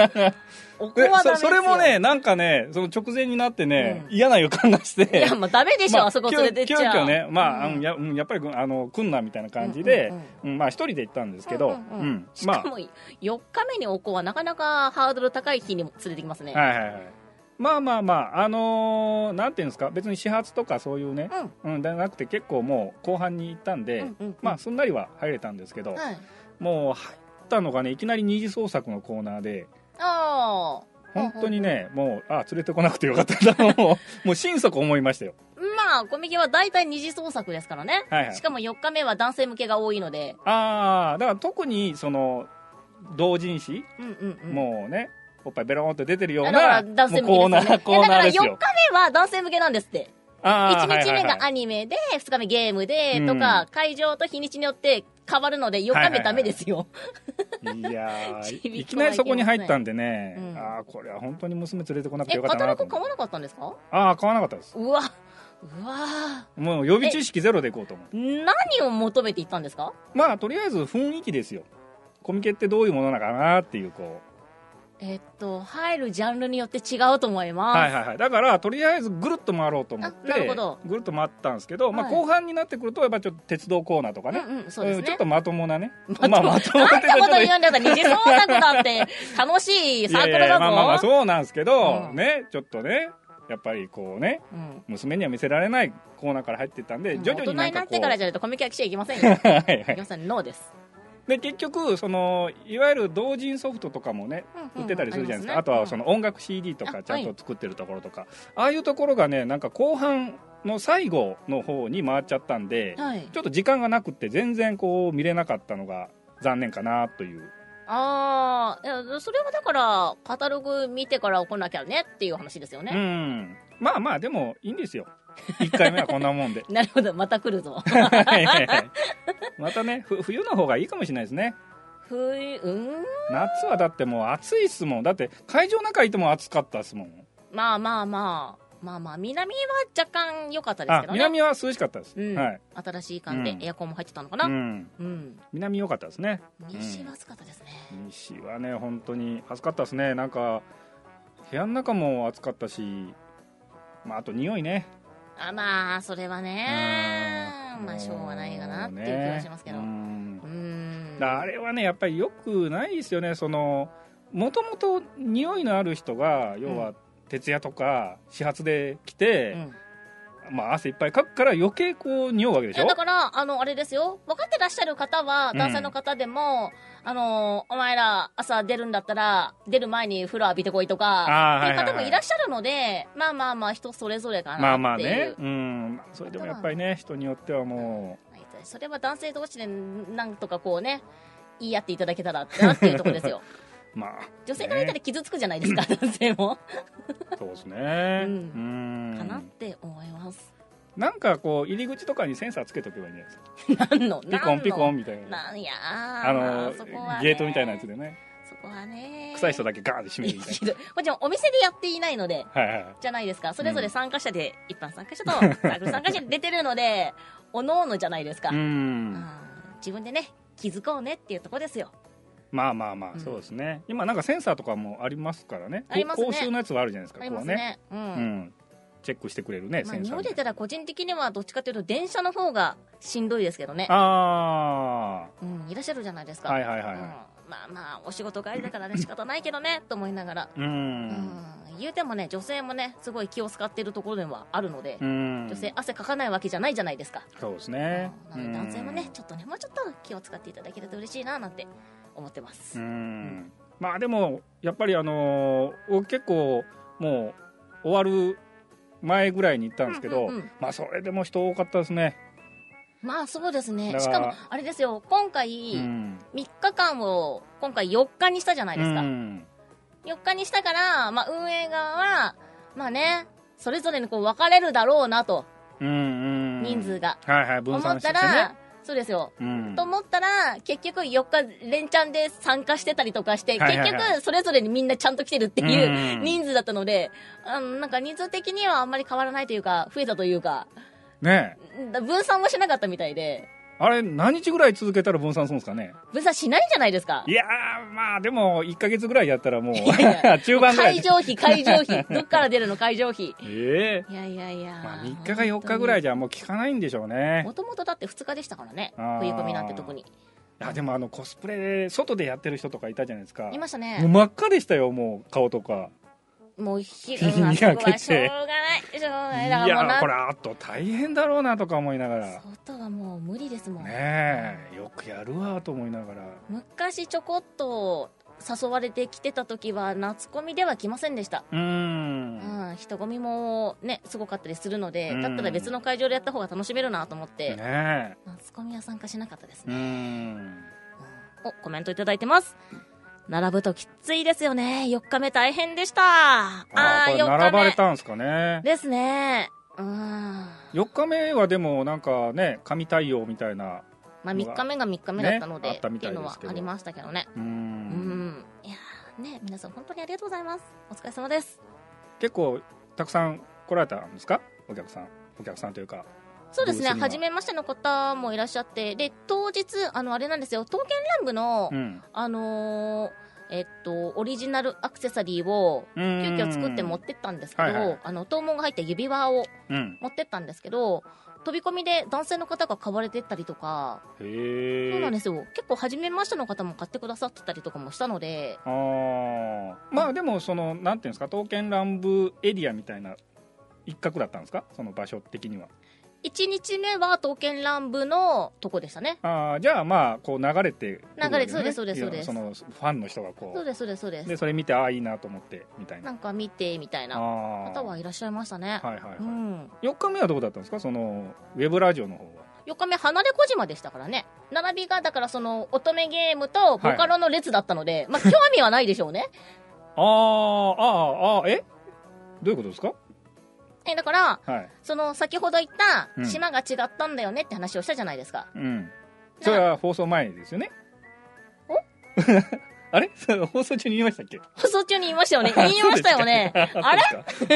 [SPEAKER 1] おこはダメですよ
[SPEAKER 2] そそれも。ねなんかねその直前になってね、
[SPEAKER 1] う
[SPEAKER 2] 嫌な予感がし
[SPEAKER 1] [LAUGHS]
[SPEAKER 2] て
[SPEAKER 1] いや、まあダメでしょ、
[SPEAKER 2] ま
[SPEAKER 1] あそこ連れてっちゃ。
[SPEAKER 2] 急急遽ね、まあ、
[SPEAKER 1] うん
[SPEAKER 2] うんやうんやっぱりうんあの来んなみたいな感じで、
[SPEAKER 1] う
[SPEAKER 2] うんん
[SPEAKER 1] うん
[SPEAKER 2] まあ一人で行ったんですけど、
[SPEAKER 1] う
[SPEAKER 2] うんん
[SPEAKER 1] うんうんし
[SPEAKER 2] ま
[SPEAKER 1] かも、4日目におこはなかなかハードル高い日にも連れてきますね。
[SPEAKER 2] あ、はいはいはい、まあまあまあ、あのーなんていうんですか、別に始発とかそういうね、うん、じゃなくて結構もう後半に行ったんで、
[SPEAKER 1] うんうん
[SPEAKER 2] まあすんなりは入れたんですけど、
[SPEAKER 1] はい。
[SPEAKER 2] もう入ったのがね、いきなり二次創作のコーナーで、
[SPEAKER 1] ああ、
[SPEAKER 2] 本当にね、もう、あ、連れてこなくてよかった
[SPEAKER 1] [LAUGHS]
[SPEAKER 2] んだ、もう、もう心底思いましたよ。
[SPEAKER 1] まあ、コミケは大体二次創作ですからね。
[SPEAKER 2] はいはい
[SPEAKER 1] しかも4日目は男性向けが多いので。
[SPEAKER 2] ああ、だから特に、その、同人誌、
[SPEAKER 1] うんうんうん。
[SPEAKER 2] もうね、おっぱいベローンと出てるよう
[SPEAKER 1] だから
[SPEAKER 2] な、
[SPEAKER 1] 男性向
[SPEAKER 2] もうコー
[SPEAKER 1] けで
[SPEAKER 2] ナ
[SPEAKER 1] すよね
[SPEAKER 2] ー、。コー
[SPEAKER 1] だか
[SPEAKER 2] ナー
[SPEAKER 1] ら4
[SPEAKER 2] で
[SPEAKER 1] 日
[SPEAKER 2] す
[SPEAKER 1] 目
[SPEAKER 2] よ。
[SPEAKER 1] は男性向けなんですって。
[SPEAKER 2] あ
[SPEAKER 1] 1
[SPEAKER 2] ー
[SPEAKER 1] 日目
[SPEAKER 2] はいはい
[SPEAKER 1] が
[SPEAKER 2] は
[SPEAKER 1] ア
[SPEAKER 2] い
[SPEAKER 1] ニメで、2日目ゲームで、とか、
[SPEAKER 2] うん
[SPEAKER 1] 会場と日にちによって変わるので、4日目ダメですよ。
[SPEAKER 2] い
[SPEAKER 1] [LAUGHS]
[SPEAKER 2] や
[SPEAKER 1] ちびっこ
[SPEAKER 2] ーいきなりそこに入ったんでね、
[SPEAKER 1] うん
[SPEAKER 2] ああこれは本当に娘連れてこなくて
[SPEAKER 1] え、
[SPEAKER 2] よかった
[SPEAKER 1] 働
[SPEAKER 2] なと
[SPEAKER 1] く
[SPEAKER 2] 思
[SPEAKER 1] 買
[SPEAKER 2] って
[SPEAKER 1] わなかったんですか
[SPEAKER 2] ああ買わなかったです
[SPEAKER 1] うわ、うわ
[SPEAKER 2] もう予備知識ゼロでいこうと思う
[SPEAKER 1] 何を求めていったんですか
[SPEAKER 2] まあとりあえず雰囲気ですよコミケってどういうものなのかなっていうこ、
[SPEAKER 1] えっと、入るジャンルによって違うと思いうます。
[SPEAKER 2] はいはいはい、だからとりあえずぐるっと回ろうと思っ
[SPEAKER 1] あなる
[SPEAKER 2] て
[SPEAKER 1] ほど
[SPEAKER 2] ぐるっと回ったんですけど、ま
[SPEAKER 1] は
[SPEAKER 2] あ、
[SPEAKER 1] い
[SPEAKER 2] 後半になってくるとやっぱちょっと鉄道コーナーとかね、
[SPEAKER 1] うんうん、そうです
[SPEAKER 2] んちょ
[SPEAKER 1] ね
[SPEAKER 2] っ。とまともなねまあまとも
[SPEAKER 1] なん
[SPEAKER 2] な
[SPEAKER 1] てこと言うんだよ、二次創作だって、楽しいサークル
[SPEAKER 2] いや
[SPEAKER 1] だ
[SPEAKER 2] いやまあまあまあ
[SPEAKER 1] ぞ。
[SPEAKER 2] そうなんですけど、
[SPEAKER 1] うん
[SPEAKER 2] ねちょっとねやっぱりこうね
[SPEAKER 1] うん
[SPEAKER 2] 娘には見せられないコーナーから入っていったんで徐々に
[SPEAKER 1] 大人
[SPEAKER 2] なん
[SPEAKER 1] にな
[SPEAKER 2] か
[SPEAKER 1] っ
[SPEAKER 2] こう
[SPEAKER 1] てからじゃないとコミケは来ちゃいけません [LAUGHS] よ。
[SPEAKER 2] はい [LAUGHS] はい
[SPEAKER 1] 皆さん、ノーです。
[SPEAKER 2] で結局そのいわゆる同人ソフトとかもね売ってたりするじゃないですか、あとはそ
[SPEAKER 1] の、
[SPEAKER 2] の音楽 CD と
[SPEAKER 1] あ
[SPEAKER 2] かちゃんと作ってるところとかあ,、あいうところがねなんか後半の最後の方に回っちゃったんで、
[SPEAKER 1] はい
[SPEAKER 2] ちょっと時間がなくって全然こう見れなかったのが残念かなという
[SPEAKER 1] ああ、いやそれはだから、カタログ見てから来なきゃねっていう話ですよ
[SPEAKER 2] う
[SPEAKER 1] ね。
[SPEAKER 2] んまあまあでもいいんですよ1回目はこんなも
[SPEAKER 1] [LAUGHS]
[SPEAKER 2] んで [LAUGHS]
[SPEAKER 1] なるほど、また来るぞ。
[SPEAKER 2] またねふ冬の方がいいかもしれないですね
[SPEAKER 1] ふい、うーん。
[SPEAKER 2] 夏はだってもう暑いっすもんだって会場の中いても暑かったっすもん
[SPEAKER 1] まあまあまあ、まあまあ、南は若干良かったです
[SPEAKER 2] あ
[SPEAKER 1] けどね。
[SPEAKER 2] 南は涼しかったです、
[SPEAKER 1] うん
[SPEAKER 2] はい、
[SPEAKER 1] 新しい館
[SPEAKER 2] う
[SPEAKER 1] で
[SPEAKER 2] ん
[SPEAKER 1] エアコンも入ってたのか
[SPEAKER 2] う
[SPEAKER 1] な。
[SPEAKER 2] ん、
[SPEAKER 1] うん。
[SPEAKER 2] 南良かったですね
[SPEAKER 1] 西は暑かったですね。
[SPEAKER 2] 西はね本当に暑かったですねなんか部屋の中も暑かったしまああと匂いね
[SPEAKER 1] あまあ、それはね。まあ、しょうがないかなっていう気はしますけど。う
[SPEAKER 2] もうねうん
[SPEAKER 1] ーん。
[SPEAKER 2] だあれはねやっぱり良くないですよねそのもともと匂いのある人が要
[SPEAKER 1] う
[SPEAKER 2] は徹夜とか始発で来て、
[SPEAKER 1] うん
[SPEAKER 2] まあ、汗いっぱいかくから余計こう匂うわけで
[SPEAKER 1] い
[SPEAKER 2] し
[SPEAKER 1] や
[SPEAKER 2] ょ
[SPEAKER 1] だから、あの、あれですよ。分かってらっしゃる方は、
[SPEAKER 2] うん
[SPEAKER 1] 男性の方でも、あの、お前ら朝出るんだったら、出る前に風呂浴びてこいとか、っ
[SPEAKER 2] あー
[SPEAKER 1] ていう
[SPEAKER 2] は
[SPEAKER 1] 方
[SPEAKER 2] いはい
[SPEAKER 1] も
[SPEAKER 2] はい
[SPEAKER 1] いらっしゃるので、まあまあまあ、人それぞれか
[SPEAKER 2] まあ
[SPEAKER 1] な
[SPEAKER 2] まあ
[SPEAKER 1] ってい
[SPEAKER 2] ね
[SPEAKER 1] う。
[SPEAKER 2] うんそれでもやっぱりね人によってはも
[SPEAKER 1] それは男性同士で、なんとかこうね、言い合っていただけたらなっていうところです
[SPEAKER 2] [LAUGHS]
[SPEAKER 1] よ。
[SPEAKER 2] うまあ
[SPEAKER 1] 女性から言ったら
[SPEAKER 2] ね
[SPEAKER 1] 傷つくじゃないですか、男性も。
[SPEAKER 2] そうですね
[SPEAKER 1] う
[SPEAKER 2] うんん
[SPEAKER 1] かなって思います。
[SPEAKER 2] なんかこう入り口とかにセンサーつけとけばいいんじゃないですか
[SPEAKER 1] なんの
[SPEAKER 2] ピコンピコ
[SPEAKER 1] ン。
[SPEAKER 2] ンみたいな
[SPEAKER 1] なんやー
[SPEAKER 2] あ
[SPEAKER 1] ま
[SPEAKER 2] の
[SPEAKER 1] そこはね
[SPEAKER 2] ゲートみたいなやつでね
[SPEAKER 1] そこはね
[SPEAKER 2] 臭い人
[SPEAKER 1] だ
[SPEAKER 2] だけガーンって閉めるみたい
[SPEAKER 1] ひどいこっちもお店でやっていないので、 [LAUGHS]
[SPEAKER 2] なはいはいはい
[SPEAKER 1] じゃないですか。それぞれ参加者で、一般参加者と、
[SPEAKER 2] [LAUGHS]
[SPEAKER 1] サークル参加者で出てるので、おのおのじゃないですか。
[SPEAKER 2] う
[SPEAKER 1] うんん自分でね、気づこうねっていうとこですよ。
[SPEAKER 2] まあまあま
[SPEAKER 1] うん
[SPEAKER 2] あそうですね今なんかセンサーとかもありますからねこう
[SPEAKER 1] ありますね
[SPEAKER 2] 公衆のやつはあるじゃないです
[SPEAKER 1] あ
[SPEAKER 2] か
[SPEAKER 1] り
[SPEAKER 2] こ
[SPEAKER 1] ま
[SPEAKER 2] う
[SPEAKER 1] す
[SPEAKER 2] ね
[SPEAKER 1] ね。うん。
[SPEAKER 2] うんチェックしてくれるね
[SPEAKER 1] ま
[SPEAKER 2] セ
[SPEAKER 1] あ、
[SPEAKER 2] ン
[SPEAKER 1] 日
[SPEAKER 2] サー
[SPEAKER 1] 本
[SPEAKER 2] み
[SPEAKER 1] で
[SPEAKER 2] た
[SPEAKER 1] 言っ
[SPEAKER 2] い
[SPEAKER 1] たら個人的にはどっちかというと電車の方がしんどいですけどね
[SPEAKER 2] な。あ
[SPEAKER 1] うん、いらっしゃるじゃないです
[SPEAKER 2] あ
[SPEAKER 1] か。
[SPEAKER 2] はいはいはいうは
[SPEAKER 1] んまあまあ、お仕事帰りだからね、仕方ないけどね、と思いながら。
[SPEAKER 2] いうん
[SPEAKER 1] うん、言うてもね、女性もね、すごい気を使ってるところではあるので、
[SPEAKER 2] うん
[SPEAKER 1] 女性汗かかないわけじゃないじゃないですか。
[SPEAKER 2] そうですね
[SPEAKER 1] なので男性も
[SPEAKER 2] う
[SPEAKER 1] ね
[SPEAKER 2] ん
[SPEAKER 1] ちょっとねもうちょっと気を使っていただけると嬉しいななんて思ってます、
[SPEAKER 2] う
[SPEAKER 1] うん
[SPEAKER 2] んまあでもやっぱりあのー僕結構もう終わる前ぐらいに行ったんですけど、
[SPEAKER 1] うんうんうん
[SPEAKER 2] まあそれでも人多かったですね、
[SPEAKER 1] まあそうですね
[SPEAKER 2] だ
[SPEAKER 1] し
[SPEAKER 2] か
[SPEAKER 1] からもあれですよ今回
[SPEAKER 2] う
[SPEAKER 1] 3
[SPEAKER 2] ん
[SPEAKER 1] 日間を今回4日にしたじゃないですか、
[SPEAKER 2] うん
[SPEAKER 1] 4日にしたから、まあ、運営側はまあねそれぞれにこう分かれるだろうなと
[SPEAKER 2] うんうん
[SPEAKER 1] 人数が
[SPEAKER 2] はいはい
[SPEAKER 1] 思
[SPEAKER 2] 分散
[SPEAKER 1] っ
[SPEAKER 2] して
[SPEAKER 1] た
[SPEAKER 2] て
[SPEAKER 1] ら、
[SPEAKER 2] ね
[SPEAKER 1] そうですよ
[SPEAKER 2] うん
[SPEAKER 1] と思ったら結局4日連チャンで参加してたりとかして、
[SPEAKER 2] はいはいはい
[SPEAKER 1] 結局それぞれにみんなちゃんと来てるっていううん人数だったので、あのなんか人数的にはあんまり変わらないというか増えたというか
[SPEAKER 2] ねえ
[SPEAKER 1] だ分散はしなかったみたいで
[SPEAKER 2] あれ何日ぐらい続けたら分散するんですかね
[SPEAKER 1] 分散しないじゃないですか
[SPEAKER 2] いやーまあでも1か月ぐらいやったらもう
[SPEAKER 1] やいや
[SPEAKER 2] [LAUGHS] 中盤ぐらい
[SPEAKER 1] 会
[SPEAKER 2] で
[SPEAKER 1] 場費
[SPEAKER 2] [LAUGHS]
[SPEAKER 1] 会場費どっから出るの会場費
[SPEAKER 2] ええ
[SPEAKER 1] いやいやいや、
[SPEAKER 2] まあ3日か4日ぐらいじゃもう効かないんでしょうね
[SPEAKER 1] もともとだって2日でしたからね
[SPEAKER 2] あー
[SPEAKER 1] 冬込みなんて特に
[SPEAKER 2] いやでもあのコスプレで外でやってる人とかいたじゃないですか
[SPEAKER 1] いました
[SPEAKER 2] もう
[SPEAKER 1] ね
[SPEAKER 2] 真っ赤でしたよもう顔とか
[SPEAKER 1] もう日
[SPEAKER 2] 日 [LAUGHS]
[SPEAKER 1] うんあ
[SPEAKER 2] に
[SPEAKER 1] そこ
[SPEAKER 2] 焼け
[SPEAKER 1] は
[SPEAKER 2] て
[SPEAKER 1] しょうがないしょうがない
[SPEAKER 2] い
[SPEAKER 1] だ
[SPEAKER 2] や
[SPEAKER 1] からもう
[SPEAKER 2] ー
[SPEAKER 1] な
[SPEAKER 2] これあと大変だろうなとか思いながら
[SPEAKER 1] 外はもう無理ですもん
[SPEAKER 2] ねえよくやるわと思いながら
[SPEAKER 1] 昔ちょこっと誘われて来てた時は夏コミでは来ませんでした、
[SPEAKER 2] うーん
[SPEAKER 1] うん、人混みもねすごかったりするので、
[SPEAKER 2] うん
[SPEAKER 1] だったら別の会場でやった方が楽しめるなと思って、
[SPEAKER 2] ね
[SPEAKER 1] 夏コミは参加しなかったです
[SPEAKER 2] えうー
[SPEAKER 1] ね、
[SPEAKER 2] ん
[SPEAKER 1] おコメントいただいてます並ぶときついですよね4日目大変でしたあ
[SPEAKER 2] あ
[SPEAKER 1] あ
[SPEAKER 2] ーこ
[SPEAKER 1] ー
[SPEAKER 2] れ並ばれ
[SPEAKER 1] 4日
[SPEAKER 2] たんですかね
[SPEAKER 1] 目ですねうん
[SPEAKER 2] 4日目はでもなんかね神対応みたいな
[SPEAKER 1] まあ、
[SPEAKER 2] のが
[SPEAKER 1] 3日目が3日目だったので
[SPEAKER 2] ねあったみ
[SPEAKER 1] って
[SPEAKER 2] た
[SPEAKER 1] い
[SPEAKER 2] いう
[SPEAKER 1] の
[SPEAKER 2] で
[SPEAKER 1] は
[SPEAKER 2] すけど
[SPEAKER 1] ありましたけどね
[SPEAKER 2] うーん
[SPEAKER 1] うんいやーね皆さん本当にありがとうございますお疲れ様です
[SPEAKER 2] 結構たくさん来られたんですかお客さんお客さんというか
[SPEAKER 1] そうですね
[SPEAKER 2] ブースには
[SPEAKER 1] 初めましての方もいらっしゃってで当日あのあれなんですよ刀剣乱舞の、
[SPEAKER 2] うん
[SPEAKER 1] あのーえっとオリジナルアクセサリーを
[SPEAKER 2] 急
[SPEAKER 1] 急遽作って持ってったんですけど、
[SPEAKER 2] はいはい
[SPEAKER 1] あの刀紋が入った指輪を
[SPEAKER 2] うん
[SPEAKER 1] 持ってったんですけど飛び込みで男性の方が買われてったりとか、
[SPEAKER 2] へえ
[SPEAKER 1] そうなんですよ結構初めましての方も買ってくださってたりとかもしたので
[SPEAKER 2] あーまあでもそのなんていうんですか刀剣乱舞エリアみたいな一角だったんですかその場所的には
[SPEAKER 1] 1日目は刀剣乱舞のとこでしたね
[SPEAKER 2] ああじゃあまあこう流れてくるわけ
[SPEAKER 1] 流れそうですそうですそうです
[SPEAKER 2] いやのファンの人がこ
[SPEAKER 1] そう
[SPEAKER 2] う
[SPEAKER 1] ですそうですそうです
[SPEAKER 2] でそれ見てああいいなと思ってみたいな
[SPEAKER 1] なんか見てみたいな
[SPEAKER 2] ああ
[SPEAKER 1] 方はいらっしゃいましたね、
[SPEAKER 2] はいはいはい、
[SPEAKER 1] うん、
[SPEAKER 2] 4日目はどうだったんですかそのウェブラジオの方は
[SPEAKER 1] 4日目離れ小島でしたからね並びがだからその乙女ゲームとボカロの列だったので、まあ興味はないでしょうね
[SPEAKER 2] ああああああえどういうことですか
[SPEAKER 1] えだから
[SPEAKER 2] はい
[SPEAKER 1] その先ほど言っ
[SPEAKER 2] う
[SPEAKER 1] た
[SPEAKER 2] ん
[SPEAKER 1] 島が違ったんだよねって話をしたじゃないですか、
[SPEAKER 2] うんそれは放送前ですよね
[SPEAKER 1] お
[SPEAKER 2] [LAUGHS] あれ [LAUGHS] それ放送中に言いましたっけ
[SPEAKER 1] 放送中に言いま
[SPEAKER 2] [LAUGHS]
[SPEAKER 1] したよね言いましたよねあれ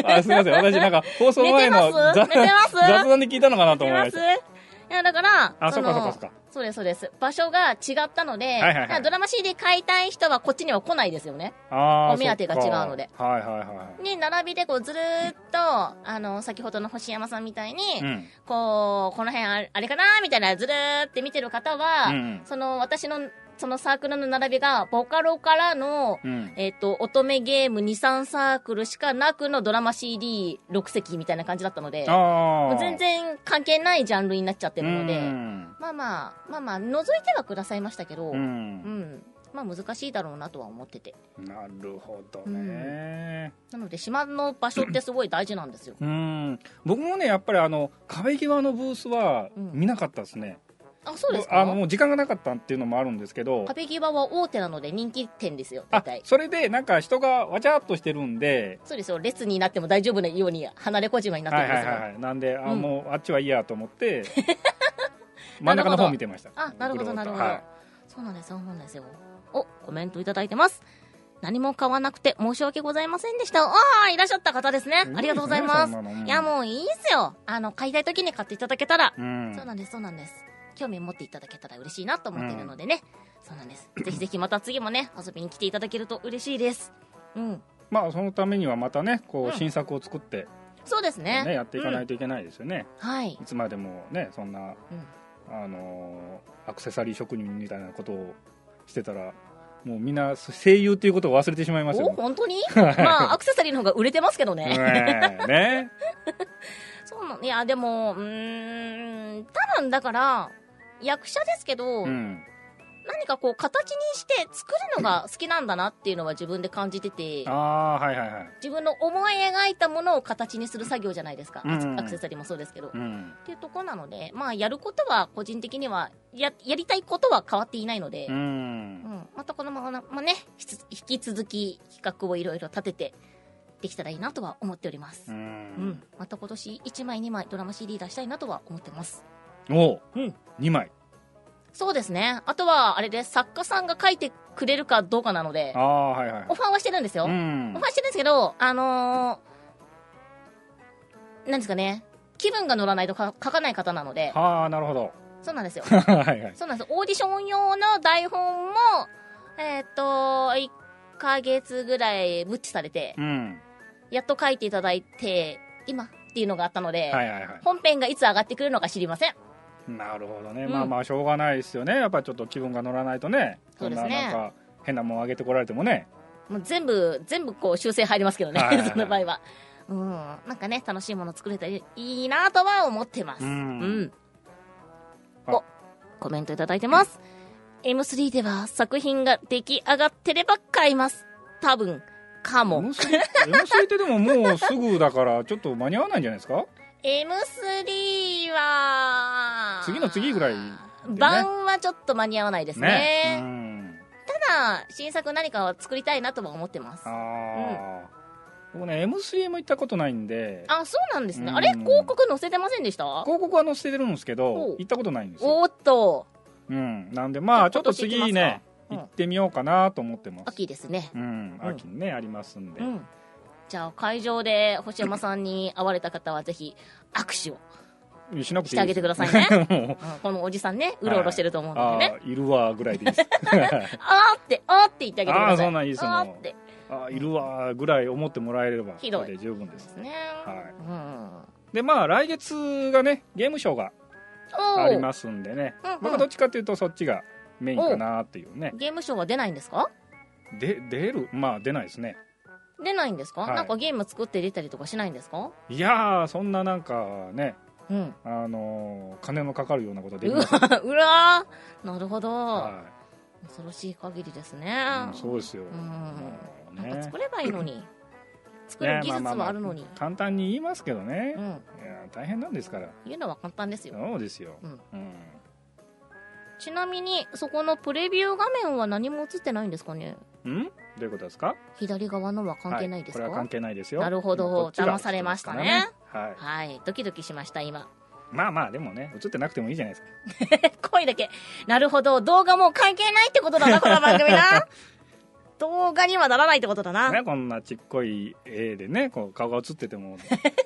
[SPEAKER 2] れあすみません私
[SPEAKER 1] [LAUGHS]
[SPEAKER 2] なんか放送
[SPEAKER 1] 寝
[SPEAKER 2] 前
[SPEAKER 1] てま
[SPEAKER 2] の
[SPEAKER 1] す
[SPEAKER 2] ざ
[SPEAKER 1] 寝てます
[SPEAKER 2] 雑談で聞いたのかな
[SPEAKER 1] 寝て
[SPEAKER 2] と思い
[SPEAKER 1] ま
[SPEAKER 2] まし
[SPEAKER 1] す
[SPEAKER 2] た
[SPEAKER 1] いやだから
[SPEAKER 2] あそっ
[SPEAKER 1] の
[SPEAKER 2] かそっかそっか
[SPEAKER 1] そうですそうです場所が違ったので、
[SPEAKER 2] いはいはい
[SPEAKER 1] だからドラマ CD 買いたい人はこっちには来ないですよね
[SPEAKER 2] あー
[SPEAKER 1] お目当てが
[SPEAKER 2] そっか
[SPEAKER 1] 違うので
[SPEAKER 2] はいはいは
[SPEAKER 1] に並びでこうずるーっとあの先ほどの星山さんみたいに、
[SPEAKER 2] いうん
[SPEAKER 1] こうこの辺ああれかなみたいなずるーって見てる方は、
[SPEAKER 2] うん
[SPEAKER 1] その私のそのサークルの並びがボカロからの、
[SPEAKER 2] うん
[SPEAKER 1] えっと乙女ゲーム23サークルしかなくのドラマ CD6 席みたいな感じだったので
[SPEAKER 2] あ
[SPEAKER 1] も
[SPEAKER 2] あ
[SPEAKER 1] う全然関係ないジャンルになっちゃってるので、
[SPEAKER 2] うん
[SPEAKER 1] まあまあまあまあ覗いてはくださいましたけど、
[SPEAKER 2] う
[SPEAKER 1] うん
[SPEAKER 2] ん
[SPEAKER 1] まあ難しいだろうなとは思ってて
[SPEAKER 2] なるほどね
[SPEAKER 1] なので島の場所ってすごい大事なんですよ
[SPEAKER 2] うん僕もねやっぱりあの壁際のブースは
[SPEAKER 1] うん
[SPEAKER 2] 見なかったですね
[SPEAKER 1] あそうです
[SPEAKER 2] あ
[SPEAKER 1] か
[SPEAKER 2] のもう時間がなかったっていうのもあるんですけど
[SPEAKER 1] 壁際は大手なので人気店ですよ大
[SPEAKER 2] あ
[SPEAKER 1] 体
[SPEAKER 2] それでなんか人がわちゃっとしてるんで
[SPEAKER 1] そうですよ列になっても大丈夫なように離れ小島になって
[SPEAKER 2] は
[SPEAKER 1] るん
[SPEAKER 2] い
[SPEAKER 1] で
[SPEAKER 2] は
[SPEAKER 1] す
[SPEAKER 2] い
[SPEAKER 1] よ、
[SPEAKER 2] はいなんであ
[SPEAKER 1] うん
[SPEAKER 2] もうあっちはいいやと思って
[SPEAKER 1] [LAUGHS]
[SPEAKER 2] 真ん中の方見てました
[SPEAKER 1] あなるほどなるほど、
[SPEAKER 2] はい
[SPEAKER 1] そうなんですそうなんですよおコメントいただいてます何も買わなくて申し訳ございませんでしたああいらっしゃった方ですねありがとうございます
[SPEAKER 2] いいですねそんなの
[SPEAKER 1] いやもういいですよあの買いたい時に買っていただけたら、
[SPEAKER 2] うん
[SPEAKER 1] そうなんですそうなんです興味持っていただけたら嬉しいなと思っているのでね、そうなんですぜひぜひまた次もね遊びに来ていただけると嬉しいですうん
[SPEAKER 2] まあそのためにはまたねこ
[SPEAKER 1] うん
[SPEAKER 2] う新作を作って
[SPEAKER 1] そうですね
[SPEAKER 2] ねやっていかない
[SPEAKER 1] と、
[SPEAKER 2] といけないですよね
[SPEAKER 1] うんはい
[SPEAKER 2] いつまでもねそんな
[SPEAKER 1] うん
[SPEAKER 2] あのーアクセサリー職人みたいなことをしてたらもうみんな声優っていうことを忘れてしまいますよ
[SPEAKER 1] お
[SPEAKER 2] ね
[SPEAKER 1] 本当に [LAUGHS] まあアクセサリーの方が売れてますけどね、
[SPEAKER 2] ねえ
[SPEAKER 1] [LAUGHS]
[SPEAKER 2] ね
[SPEAKER 1] そうなんいやでもうーん多分だから役者ですけど、
[SPEAKER 2] うん
[SPEAKER 1] 何かこう形にして作るのが好きなんだなっていうのは自分で感じてて
[SPEAKER 2] ああーはいはいはい
[SPEAKER 1] 自分の思い描いたものを形にする作業じゃないですか、
[SPEAKER 2] うんうんうん
[SPEAKER 1] アクセサリーもそうですけど、
[SPEAKER 2] う
[SPEAKER 1] っ
[SPEAKER 2] ん
[SPEAKER 1] ていうとこなのでまあやることは個人的にはややりたいことは変わっていないので、
[SPEAKER 2] う
[SPEAKER 1] うん
[SPEAKER 2] ん
[SPEAKER 1] またこのまま、まあね引きつ引き続き企画をいろいろ立ててできたらいいなとは思っております、
[SPEAKER 2] う
[SPEAKER 1] うんん、また今年1枚2枚ドラマ CD 出したいなとは思ってます
[SPEAKER 2] おう
[SPEAKER 1] うん
[SPEAKER 2] 2枚
[SPEAKER 1] そうですねあとはあれで作家さんが書いてくれるかどうかなので
[SPEAKER 2] ああはいはい
[SPEAKER 1] オファーはしてるんですよ、
[SPEAKER 2] うん
[SPEAKER 1] オファーしてるんですけどあのー、なんですかね気分が乗らないとか書かない方なので
[SPEAKER 2] はあなるほど
[SPEAKER 1] そうなんです
[SPEAKER 2] [LAUGHS]
[SPEAKER 1] よ
[SPEAKER 2] はいはい
[SPEAKER 1] そうなんですオーディション用の台本もえーっと1ヶ月ぐらいブッチされて
[SPEAKER 2] うん
[SPEAKER 1] やっと書いていただいて今っていうのがあったので、
[SPEAKER 2] はいはいは
[SPEAKER 1] 本編がいつ上がってくるのか知りません
[SPEAKER 2] いなるほどね
[SPEAKER 1] うん
[SPEAKER 2] まあまあしょうがないですよねやっぱちょっと気分が乗らないとね
[SPEAKER 1] そう
[SPEAKER 2] そ
[SPEAKER 1] で
[SPEAKER 2] ん
[SPEAKER 1] す
[SPEAKER 2] な
[SPEAKER 1] ね
[SPEAKER 2] なんか変なもんあげてこられてもね
[SPEAKER 1] もう全部、全部こう修正入りますけどね、
[SPEAKER 2] はいはいは
[SPEAKER 1] [LAUGHS]
[SPEAKER 2] い
[SPEAKER 1] その場合は。うん、なんかね、楽しいもの作れたらいいなとは思ってます。う。
[SPEAKER 2] うんん
[SPEAKER 1] お、コメントいただいてます。 M3 では作品が出来上がってれば買います。多分、かも。
[SPEAKER 2] M3 M3 ってでももうすぐだからちょっと間に合わないんじゃないですか
[SPEAKER 1] M3 は、
[SPEAKER 2] 次の次ぐらいだよね
[SPEAKER 1] 版はちょっと間に合わないですね。
[SPEAKER 2] うん
[SPEAKER 1] ただ、新作何かを作りたいなとは思ってます。あ
[SPEAKER 2] ああ、僕ね M3 も行ったことないんで
[SPEAKER 1] そうなんですね。
[SPEAKER 2] うん
[SPEAKER 1] あれ広告載せてませんでした
[SPEAKER 2] 広告は載せてるんですけ
[SPEAKER 1] お
[SPEAKER 2] ど
[SPEAKER 1] う
[SPEAKER 2] 行ったことないんですよ、
[SPEAKER 1] おーっと、
[SPEAKER 2] うん、なんでまあち
[SPEAKER 1] じゃあ
[SPEAKER 2] ょっと
[SPEAKER 1] 今
[SPEAKER 2] 次ね
[SPEAKER 1] 年行きますかうん
[SPEAKER 2] 行ってみようかなと思ってます
[SPEAKER 1] 秋ですね
[SPEAKER 2] う。ん秋にねありますんで、
[SPEAKER 1] うん。じゃあ、会場で星山さんに会われた方は、ぜひ、握手を
[SPEAKER 2] しなく
[SPEAKER 1] してて
[SPEAKER 2] い
[SPEAKER 1] あ
[SPEAKER 2] い
[SPEAKER 1] げ
[SPEAKER 2] で
[SPEAKER 1] て
[SPEAKER 2] す
[SPEAKER 1] くださいね。
[SPEAKER 2] [LAUGHS] もう
[SPEAKER 1] うんこのおじさんね、うろうろしてると思うんで
[SPEAKER 2] あ
[SPEAKER 1] ね。
[SPEAKER 2] ーいるわぐらいでいいです
[SPEAKER 1] あーって、あーって言ってあげてください。
[SPEAKER 2] あーそんなんいいですよ
[SPEAKER 1] あーって。
[SPEAKER 2] あーいるわぐらい思ってもらえれば
[SPEAKER 1] ひどい
[SPEAKER 2] それで十分で
[SPEAKER 1] ですすね。
[SPEAKER 2] はい
[SPEAKER 1] うん。
[SPEAKER 2] でまあ来月がねゲームショーが
[SPEAKER 1] おー
[SPEAKER 2] ありますんでね
[SPEAKER 1] うんうん
[SPEAKER 2] 僕はどっちかっていうとそっちがメインかなっていうね
[SPEAKER 1] ゲームショーは出ないんですか
[SPEAKER 2] で出るまあ出ないですね
[SPEAKER 1] 出ないんですか、
[SPEAKER 2] はい
[SPEAKER 1] なんかゲーム作って出たりとかしないんですか
[SPEAKER 2] いやーそんななんかね
[SPEAKER 1] うん。
[SPEAKER 2] あのー金のかかるようなことはで
[SPEAKER 1] う
[SPEAKER 2] き
[SPEAKER 1] わ
[SPEAKER 2] ません、
[SPEAKER 1] うわーなるほど、
[SPEAKER 2] は
[SPEAKER 1] 恐ろしい限りですね
[SPEAKER 2] い、うん。そうですよ、
[SPEAKER 1] ん
[SPEAKER 2] もう
[SPEAKER 1] なんか
[SPEAKER 2] ね
[SPEAKER 1] 作ればいいのに。作る技
[SPEAKER 2] ねま
[SPEAKER 1] 術
[SPEAKER 2] ま
[SPEAKER 1] も
[SPEAKER 2] ま
[SPEAKER 1] あるのに。
[SPEAKER 2] 簡単に言いますけどね、い
[SPEAKER 1] うん。
[SPEAKER 2] やー大変なんですから
[SPEAKER 1] 言うのは簡単ですよ。
[SPEAKER 2] そうですよ、
[SPEAKER 1] うん
[SPEAKER 2] うん
[SPEAKER 1] ちなみに、そこのプレビュー画面は何も映ってないんですかね
[SPEAKER 2] うんどういうことですか
[SPEAKER 1] 左側のは関係ないですか、はい
[SPEAKER 2] は、これは関係ないですよ
[SPEAKER 1] なるほど
[SPEAKER 2] こっち
[SPEAKER 1] 騙
[SPEAKER 2] が
[SPEAKER 1] されましたね
[SPEAKER 2] はい
[SPEAKER 1] ドキドキしました、今。 [LAUGHS]
[SPEAKER 2] まあまあでもね映ってなくてもいいじゃないですか
[SPEAKER 1] 声だけ。なるほど。動画もう関係ないってことだ
[SPEAKER 2] [LAUGHS]
[SPEAKER 1] な、この番組な。動画にはならないってことだな。
[SPEAKER 2] ね、こんなちっこい絵でねこう顔が映ってて
[SPEAKER 1] [LAUGHS]
[SPEAKER 2] も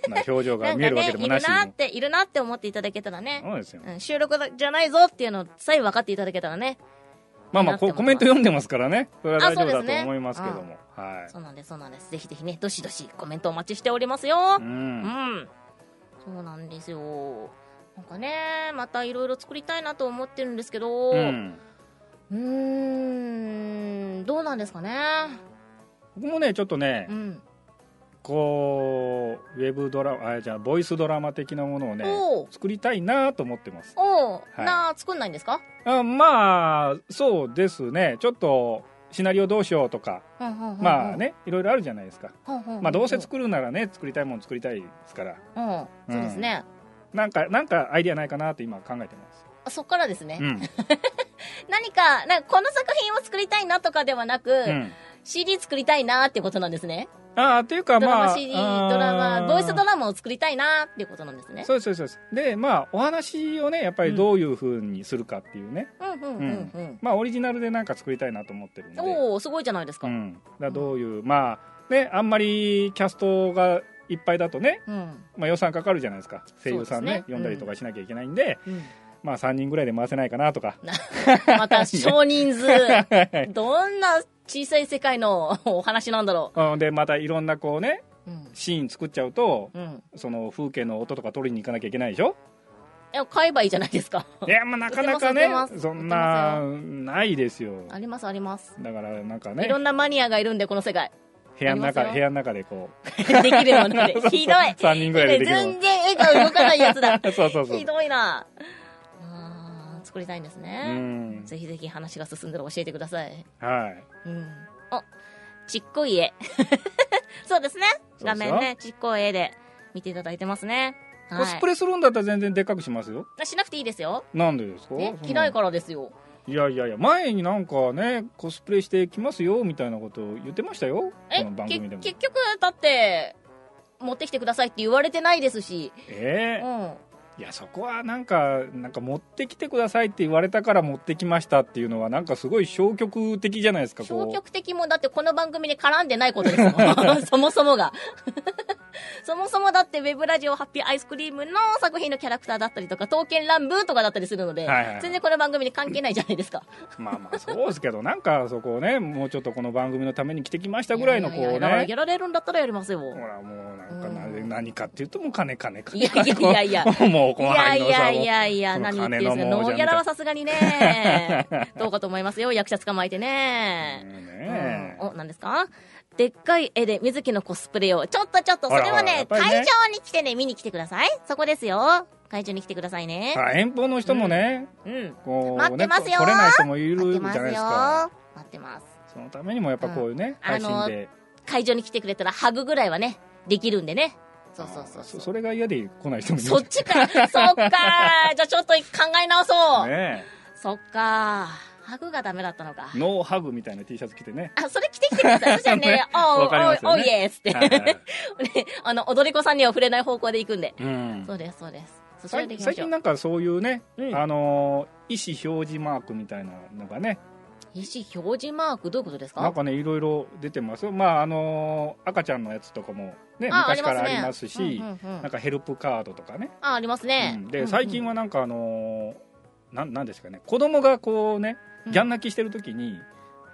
[SPEAKER 2] な表情
[SPEAKER 1] な
[SPEAKER 2] が
[SPEAKER 1] ん
[SPEAKER 2] 見え
[SPEAKER 1] か
[SPEAKER 2] るわ
[SPEAKER 1] ね
[SPEAKER 2] け、でも
[SPEAKER 1] い
[SPEAKER 2] な
[SPEAKER 1] る
[SPEAKER 2] し
[SPEAKER 1] なって、いるなって思っていただけたらね。
[SPEAKER 2] そうですよ、
[SPEAKER 1] うん、収録じゃないぞっていうのさえ分かっていただけたらね。
[SPEAKER 2] まあまあこうコメント読んでますからねそれは大丈
[SPEAKER 1] あそう
[SPEAKER 2] 夫
[SPEAKER 1] で
[SPEAKER 2] だ
[SPEAKER 1] すね
[SPEAKER 2] と思いますけども、はい
[SPEAKER 1] そうなんです、そうなんです。ぜひぜひね、どしどしコメントお待ちしておりますよ
[SPEAKER 2] う。
[SPEAKER 1] うんん。そうなんですよ。なんかね、またいろいろ作りたいなと思ってるんですけど、う
[SPEAKER 2] う
[SPEAKER 1] ーん、
[SPEAKER 2] ん
[SPEAKER 1] どうなんですかね。
[SPEAKER 2] 僕もねちょっとね、
[SPEAKER 1] うん。
[SPEAKER 2] こうウェブドラマあじゃあボイスドラマ的なものをね
[SPEAKER 1] おう
[SPEAKER 2] 作りたいなと思ってます
[SPEAKER 1] おう、
[SPEAKER 2] はい
[SPEAKER 1] なあ、作んないんですか
[SPEAKER 2] あまあそうですねちょっとシナリオどうしようとか、まあ、ねいろいろあるじゃないですか、
[SPEAKER 1] ほんほんほんほん
[SPEAKER 2] まあどうせ作るならね作りたいもの作りたいですから
[SPEAKER 1] うん、そうですね。
[SPEAKER 2] なんかなんかアイディアないかなって今考えてます、
[SPEAKER 1] あそっからですね。
[SPEAKER 2] うん
[SPEAKER 1] 何か、なんかこの作品を作りたいなとかではなく、 [LAUGHS]
[SPEAKER 2] うん、
[SPEAKER 1] CD 作りたいなってことなんですね。
[SPEAKER 2] ああっていうか
[SPEAKER 1] ドラ
[SPEAKER 2] ま
[SPEAKER 1] マ
[SPEAKER 2] あ
[SPEAKER 1] CD、ドラマ、ボイスド
[SPEAKER 2] マ
[SPEAKER 1] ラマを作りたいなっていうことなんですね。
[SPEAKER 2] そうですそうですそうですでまあお話をねやっぱりどういうふうにするかっていうね、
[SPEAKER 1] うんうんうんうん。
[SPEAKER 2] まあオリジナルでなんか作りたいなと思ってるんで
[SPEAKER 1] おおすごいじゃないですか。
[SPEAKER 2] う
[SPEAKER 1] うん。
[SPEAKER 2] ん、だからどういう、まあねあんまりキャストがいっぱいだとね、まあ、予算かかるじゃないですか声優さん
[SPEAKER 1] そう
[SPEAKER 2] ね
[SPEAKER 1] ですね
[SPEAKER 2] 呼んだりとかしなきゃいけないんで、
[SPEAKER 1] うん
[SPEAKER 2] まあ3人ぐらいで回せないかなとか
[SPEAKER 1] また少人
[SPEAKER 2] [LAUGHS]
[SPEAKER 1] 数。どんな小さい世界のお話なんだろ
[SPEAKER 2] うんでまたいろんなこうね
[SPEAKER 1] う。うん。
[SPEAKER 2] シーン作っちゃうと
[SPEAKER 1] うん。
[SPEAKER 2] その風景の音とか取りに行かなきゃいけないでしょ
[SPEAKER 1] いや買えばいいじゃないですか。
[SPEAKER 2] いやまあなかなかね
[SPEAKER 1] 売ってます売ってます
[SPEAKER 2] そんなないですよ
[SPEAKER 1] ありますあります。
[SPEAKER 2] だからなんか
[SPEAKER 1] い
[SPEAKER 2] ね
[SPEAKER 1] ろんなマニアがいるんで、この世界。
[SPEAKER 2] 部屋の
[SPEAKER 1] あります
[SPEAKER 2] 中
[SPEAKER 1] よ
[SPEAKER 2] 部屋の中でこう
[SPEAKER 1] できるの
[SPEAKER 2] [LAUGHS]
[SPEAKER 1] なんで。ひどい。
[SPEAKER 2] 3人ぐらいでできる
[SPEAKER 1] 全然絵が動かないやつ
[SPEAKER 2] [LAUGHS]
[SPEAKER 1] だ。
[SPEAKER 2] のそうそうそう
[SPEAKER 1] ひどいな。あー作りたいんです
[SPEAKER 2] う
[SPEAKER 1] ね。
[SPEAKER 2] ん
[SPEAKER 1] ぜひぜひ話が進んだら教えてください。
[SPEAKER 2] はい
[SPEAKER 1] うん。あ、ちっこい絵。 [LAUGHS] そうですね。
[SPEAKER 2] そう
[SPEAKER 1] 画
[SPEAKER 2] ですよ
[SPEAKER 1] 面ね、ちっこい絵で見ていただいてますね。はい、
[SPEAKER 2] コスプレするんだったら全然でっかくしますよ
[SPEAKER 1] しなくていいですよ。
[SPEAKER 2] なんでですか
[SPEAKER 1] ね、
[SPEAKER 2] そんな
[SPEAKER 1] 嫌いからですよ。
[SPEAKER 2] いやいやいや前になんかねコスプレしてきますよみたいなこと言ってましたよ
[SPEAKER 1] え、
[SPEAKER 2] この番
[SPEAKER 1] け
[SPEAKER 2] 組でも
[SPEAKER 1] 結局、だって、持ってきてくださいって言われてないですし。う
[SPEAKER 2] ええ
[SPEAKER 1] ん。
[SPEAKER 2] いやそこはなんかなんか持ってきてくださいって言われたから持ってきましたっていうのはなんかすごい消極的じゃないですかこう
[SPEAKER 1] 消極的もだってこの番組で絡んでないことです
[SPEAKER 2] [LAUGHS]
[SPEAKER 1] もん。そもそもが。 [LAUGHS] そもそもだってウェブラジオハッピーアイスクリームの作品のキャラクターだったりとか、刀剣乱舞とかだったりするので、
[SPEAKER 2] はいはいはい
[SPEAKER 1] 全然この番組に関係ないじゃないですか。
[SPEAKER 2] まあまあそうですけど
[SPEAKER 1] [LAUGHS]
[SPEAKER 2] なんかそこをねもうちょっとこの番組のために来てきましたぐらいのこう
[SPEAKER 1] やや
[SPEAKER 2] ね
[SPEAKER 1] やだからやられるんだったらやりますよ。
[SPEAKER 2] ほらもうなんかな、
[SPEAKER 1] うん
[SPEAKER 2] 何かっていうともう金金金
[SPEAKER 1] いやいやいやい
[SPEAKER 2] [LAUGHS] もう
[SPEAKER 1] い
[SPEAKER 2] この
[SPEAKER 1] や
[SPEAKER 2] 範囲
[SPEAKER 1] い
[SPEAKER 2] のさ
[SPEAKER 1] やいやいや、
[SPEAKER 2] この
[SPEAKER 1] 何言っ
[SPEAKER 2] 金
[SPEAKER 1] てるん
[SPEAKER 2] の
[SPEAKER 1] ですか。
[SPEAKER 2] 亡
[SPEAKER 1] ノ
[SPEAKER 2] 者み
[SPEAKER 1] ー
[SPEAKER 2] た
[SPEAKER 1] ギ
[SPEAKER 2] い
[SPEAKER 1] ャラ
[SPEAKER 2] な
[SPEAKER 1] はさすがに
[SPEAKER 2] [LAUGHS]
[SPEAKER 1] ね、どうかと思いますよ、役者捕まえてね。
[SPEAKER 2] ね
[SPEAKER 1] うん
[SPEAKER 2] え、
[SPEAKER 1] お、何ですかでっかい絵で水木のコスプレを、ちょっとちょっと、それはね、
[SPEAKER 2] あらあらやっぱり
[SPEAKER 1] 会
[SPEAKER 2] ね
[SPEAKER 1] 場に来てね、見に来てください。そこですよ。会場に来てくださいね。
[SPEAKER 2] あ遠方の人もね、
[SPEAKER 1] うん。
[SPEAKER 2] こう
[SPEAKER 3] 待ってますよ
[SPEAKER 2] ね来れない人もいる
[SPEAKER 3] 待っ
[SPEAKER 2] じ
[SPEAKER 3] て
[SPEAKER 2] ゃな
[SPEAKER 3] ます
[SPEAKER 2] い
[SPEAKER 3] よ
[SPEAKER 2] ですか
[SPEAKER 3] 待ってます
[SPEAKER 2] そのためにもやっぱこういうね、
[SPEAKER 1] うんあ
[SPEAKER 2] 配
[SPEAKER 1] の
[SPEAKER 2] 信で
[SPEAKER 1] 会場に来てくれたらハグぐらいはね、できるんでね。そうそうそうそ。
[SPEAKER 2] そうそれが嫌で来ない人もいる
[SPEAKER 1] そっち
[SPEAKER 2] [LAUGHS]
[SPEAKER 1] か。そっか。じゃあちょっと考え直そう。
[SPEAKER 2] ね
[SPEAKER 1] そっか。ハグがダメだったのか
[SPEAKER 2] え。ノーハグみたいな T シャツ着
[SPEAKER 1] [LAUGHS]
[SPEAKER 2] てね
[SPEAKER 1] あ、それ着てきてください。そしたらね
[SPEAKER 2] [LAUGHS] ね、
[SPEAKER 1] おーお
[SPEAKER 2] わかりま
[SPEAKER 1] ー
[SPEAKER 2] す
[SPEAKER 1] おー
[SPEAKER 2] よ
[SPEAKER 1] おー
[SPEAKER 2] ね
[SPEAKER 1] イエスって。
[SPEAKER 2] はいはい
[SPEAKER 1] ね [LAUGHS] あの、踊り子さんには触れない方向で行くんで。
[SPEAKER 2] うん
[SPEAKER 1] そうです、そうです。それ
[SPEAKER 2] 最
[SPEAKER 1] で行きま
[SPEAKER 2] 最
[SPEAKER 1] しょ
[SPEAKER 2] 近
[SPEAKER 1] う。
[SPEAKER 2] なんかそういうね、
[SPEAKER 1] うん
[SPEAKER 2] あのー意思表示マークみたいなのがね
[SPEAKER 1] 意思表示マークどういうことですか
[SPEAKER 2] なんかねいろいろ出てますまああのー赤ちゃんのやつとかもね
[SPEAKER 1] あ
[SPEAKER 2] 昔からあ
[SPEAKER 1] あ
[SPEAKER 2] り
[SPEAKER 1] りま
[SPEAKER 2] ますす
[SPEAKER 1] ね
[SPEAKER 2] し
[SPEAKER 1] うんうんうん
[SPEAKER 2] なんかヘルプカードとかね、
[SPEAKER 1] あ、ありますね
[SPEAKER 2] うん。で最近
[SPEAKER 1] は、
[SPEAKER 2] はなんかあのーなんなんですかね子供がこうね
[SPEAKER 1] うん
[SPEAKER 2] ギャン泣きしてる時に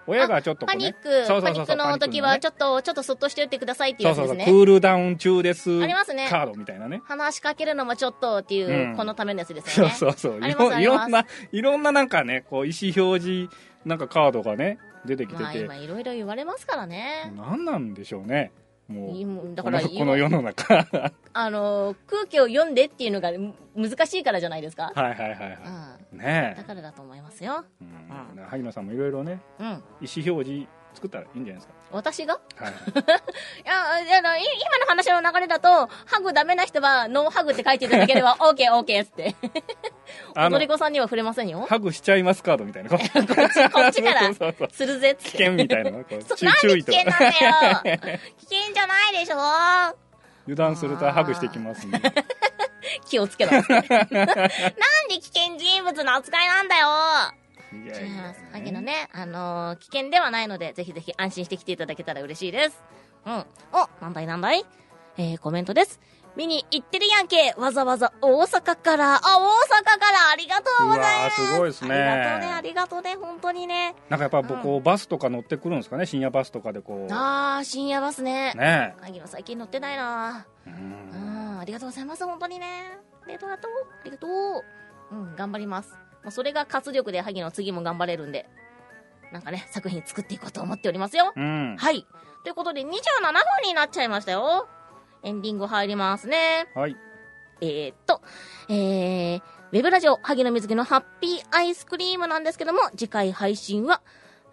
[SPEAKER 2] 親がちょっとこ
[SPEAKER 1] パ
[SPEAKER 2] う
[SPEAKER 1] ニッ
[SPEAKER 2] ね
[SPEAKER 1] ク、
[SPEAKER 2] そう
[SPEAKER 1] パ
[SPEAKER 2] そ
[SPEAKER 1] ニ
[SPEAKER 2] うそう
[SPEAKER 1] ック
[SPEAKER 2] そう
[SPEAKER 1] の時は、
[SPEAKER 2] パニックのね
[SPEAKER 1] ちょっと、ちょっとそっとしておいてくださいっていう
[SPEAKER 2] そ
[SPEAKER 1] やつ
[SPEAKER 2] うそう
[SPEAKER 1] です
[SPEAKER 2] そうク
[SPEAKER 1] ね。
[SPEAKER 2] ールダウン中です
[SPEAKER 1] ありますね。
[SPEAKER 2] カードみたいなね
[SPEAKER 1] 話しかけるのもちょっとっていう、
[SPEAKER 2] うん
[SPEAKER 1] このためのやつです
[SPEAKER 2] そ
[SPEAKER 1] よ
[SPEAKER 2] う
[SPEAKER 1] ね。
[SPEAKER 2] そうそう
[SPEAKER 1] あ
[SPEAKER 2] い
[SPEAKER 1] ります
[SPEAKER 2] ろ
[SPEAKER 1] あ
[SPEAKER 2] い
[SPEAKER 1] ります
[SPEAKER 2] ろんないろんななんかねこう意思表示なんかカードがね出てきて
[SPEAKER 1] まあ
[SPEAKER 2] て
[SPEAKER 1] 今いろいろ言われますからね。
[SPEAKER 2] 何なんでしょうねも
[SPEAKER 1] いうもうだ
[SPEAKER 2] こ
[SPEAKER 1] から
[SPEAKER 2] のこの世の中 [LAUGHS] はい
[SPEAKER 1] あの空気を読んでっていうのがむ難しいからじゃないですか。
[SPEAKER 2] はいはいは
[SPEAKER 1] う
[SPEAKER 2] いね
[SPEAKER 1] ん、だ
[SPEAKER 2] え
[SPEAKER 1] からだと思いますよ。
[SPEAKER 2] うんだから萩野さんもいろいろね
[SPEAKER 1] うん、
[SPEAKER 2] 意思表示作ったらいいんじゃないです
[SPEAKER 1] 私が
[SPEAKER 2] かはい
[SPEAKER 1] [LAUGHS] いやいやあのい今の話の流れだとハグダメな人はノーハグって書いていただけれ [LAUGHS] ばオーケーオーケーっつって。
[SPEAKER 2] あの
[SPEAKER 1] 踊り子さんには触れませんよ。
[SPEAKER 2] ハグしちゃいますカードみたいな。こっち、
[SPEAKER 1] こっちから
[SPEAKER 2] そうそうそう
[SPEAKER 1] するぜっつって。
[SPEAKER 2] 危険みた
[SPEAKER 1] [LAUGHS]
[SPEAKER 2] いな。こう
[SPEAKER 1] そ
[SPEAKER 2] 注
[SPEAKER 1] なん
[SPEAKER 2] 注
[SPEAKER 1] で危
[SPEAKER 2] 意と
[SPEAKER 1] 険なんだよ [LAUGHS] 危険じゃないでしょ
[SPEAKER 2] 油断するとハグしてきますんで。
[SPEAKER 1] [LAUGHS] 気をつけろ [LAUGHS] なんで危険人物の扱いなんだよ
[SPEAKER 2] いや
[SPEAKER 1] じ
[SPEAKER 2] いや
[SPEAKER 1] ゃあ、萩野ね、あのー危険ではないので、ぜひぜひ安心して来ていただけたら嬉しいです。うん。お、なんだいなんだいえー、コメントです。見に行ってるやんけわざわざ大阪から、あ、大阪からありがとうございます
[SPEAKER 2] うわーすごいですね
[SPEAKER 1] ありがとうね、ありがとうね、本当にね。
[SPEAKER 2] なんかやっぱ僕、こうバスとか乗ってくるんですかね。深夜バスとかでこう。
[SPEAKER 1] あー、深夜バスね。
[SPEAKER 2] ね
[SPEAKER 1] 萩野最近乗ってないな
[SPEAKER 2] え。う
[SPEAKER 1] うんん、ありがとうございます、本当にね。ありがとう、ありがとう。うん、頑張ります。もうそれが活力で、萩野次も頑張れるんで、なんかね、作品作っていこうと思っておりますよ。
[SPEAKER 2] うん。
[SPEAKER 1] はい。ということで、27分になっちゃいましたよ。エンディング入りますね。
[SPEAKER 2] はい。
[SPEAKER 1] えー、っと、えー、ウェブラジオ、萩野瑞希のハッピーアイスクリームなんですけども、次回配信は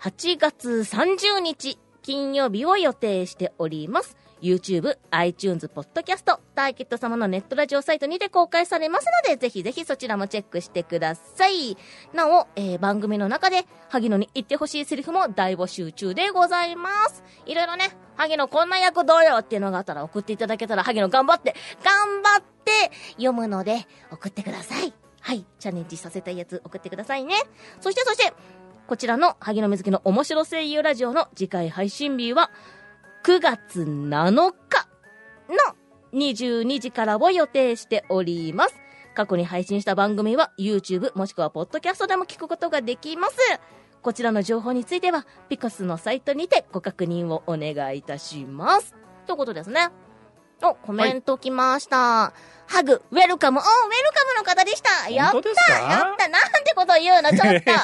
[SPEAKER 1] 8月30日金曜日を予定しております。YouTube、iTunes、Podcast、ターゲット様のネットラジオサイトにて公開されますので、ぜひぜひそちらもチェックしてください。なお、えー番組の中で、萩野に言ってほしいセリフも大募集中でございます。いろいろね、萩野こんな役どうよっていうのがあったら送っていただけたら、萩野頑張って、頑張って読むので送ってください。はい、チャレンジさせたいやつ送ってくださいね。そしてそして、こちらの萩野瑞希の面白声優ラジオの次回配信日は、9月7日の22時からを予定しております。過去に配信した番組は YouTube もしくは Podcast でも聞くことができます。こちらの情報については、ピカスのサイトにてご確認をお願いいたします。ということですね。お、コメント来ました。ハグ、ウェルカム、おウェルカムの方でした。やっ
[SPEAKER 2] 本当です
[SPEAKER 1] た
[SPEAKER 2] か
[SPEAKER 1] やったなんてこと言うのちょ
[SPEAKER 2] [LAUGHS]
[SPEAKER 1] っとちょっ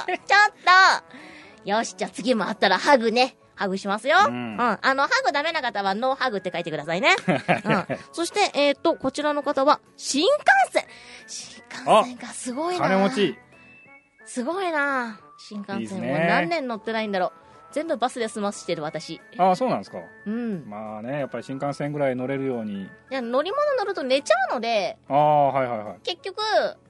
[SPEAKER 1] とよし、じゃあ次もあったらハグね。ハグしますよ。う。
[SPEAKER 2] うんん
[SPEAKER 1] あの、ハグダメな方はノーハグって書いてください
[SPEAKER 2] [LAUGHS]
[SPEAKER 1] ね。うん。そして、えっ、と、こちらの方は、新幹線新幹線がすごいな
[SPEAKER 2] 金持ち。
[SPEAKER 1] すごいな新
[SPEAKER 2] いい
[SPEAKER 1] 幹
[SPEAKER 2] です
[SPEAKER 1] 線
[SPEAKER 2] ね
[SPEAKER 1] もう何年乗ってないんだろう。全部バスで済ませてる私。
[SPEAKER 2] ああ、そうなんですか。
[SPEAKER 1] うん。
[SPEAKER 2] まあね、やっぱり新幹線ぐらい乗れるように。
[SPEAKER 1] いや乗り物乗ると寝ちゃうので、
[SPEAKER 2] ああ、はいはいはい。
[SPEAKER 1] 結局、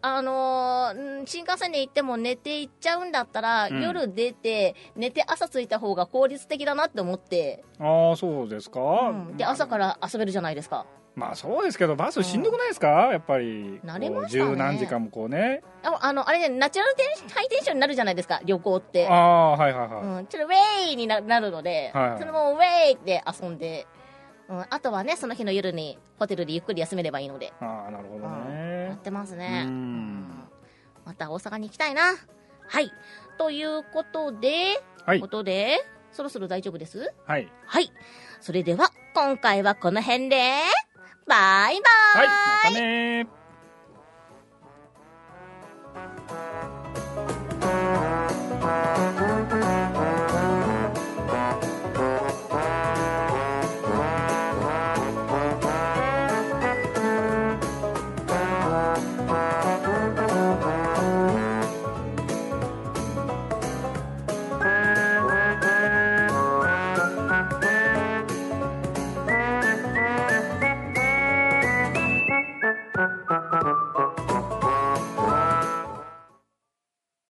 [SPEAKER 1] あのーうん新幹線で行っても寝て行っちゃうんだったら、
[SPEAKER 2] うん
[SPEAKER 1] 夜出て、寝て朝着いた方が効率的だなって思って、
[SPEAKER 2] ああ、そうですか。。
[SPEAKER 1] うんで、朝からら遊べるじゃないですか。
[SPEAKER 2] まあそうですけど、バスしんどくないですかやっぱり。
[SPEAKER 1] 慣れ
[SPEAKER 2] こう
[SPEAKER 1] ましたね
[SPEAKER 2] 十何時間もこうね。
[SPEAKER 1] あの、あのあれね、ナチュラルテンションハイテンションになるじゃないですか、旅行って。
[SPEAKER 2] ああ、はいはいはい。
[SPEAKER 1] うん、ちょっとウェイにななるので、
[SPEAKER 2] はいはい
[SPEAKER 1] それもウェイで遊んで、うん、あとはね、その日の夜にホテルでゆっくり休めればいいので、
[SPEAKER 2] ああ、なるほど
[SPEAKER 1] や
[SPEAKER 2] ね
[SPEAKER 1] っ。てますね。
[SPEAKER 2] うん
[SPEAKER 1] また大阪に行きたいな。はい。ということで、
[SPEAKER 2] はい
[SPEAKER 1] ことで、そろそろ大丈夫です
[SPEAKER 2] はい。
[SPEAKER 1] はい。それでは、今回はこの辺で、バイバーイ、
[SPEAKER 2] はい、またねー。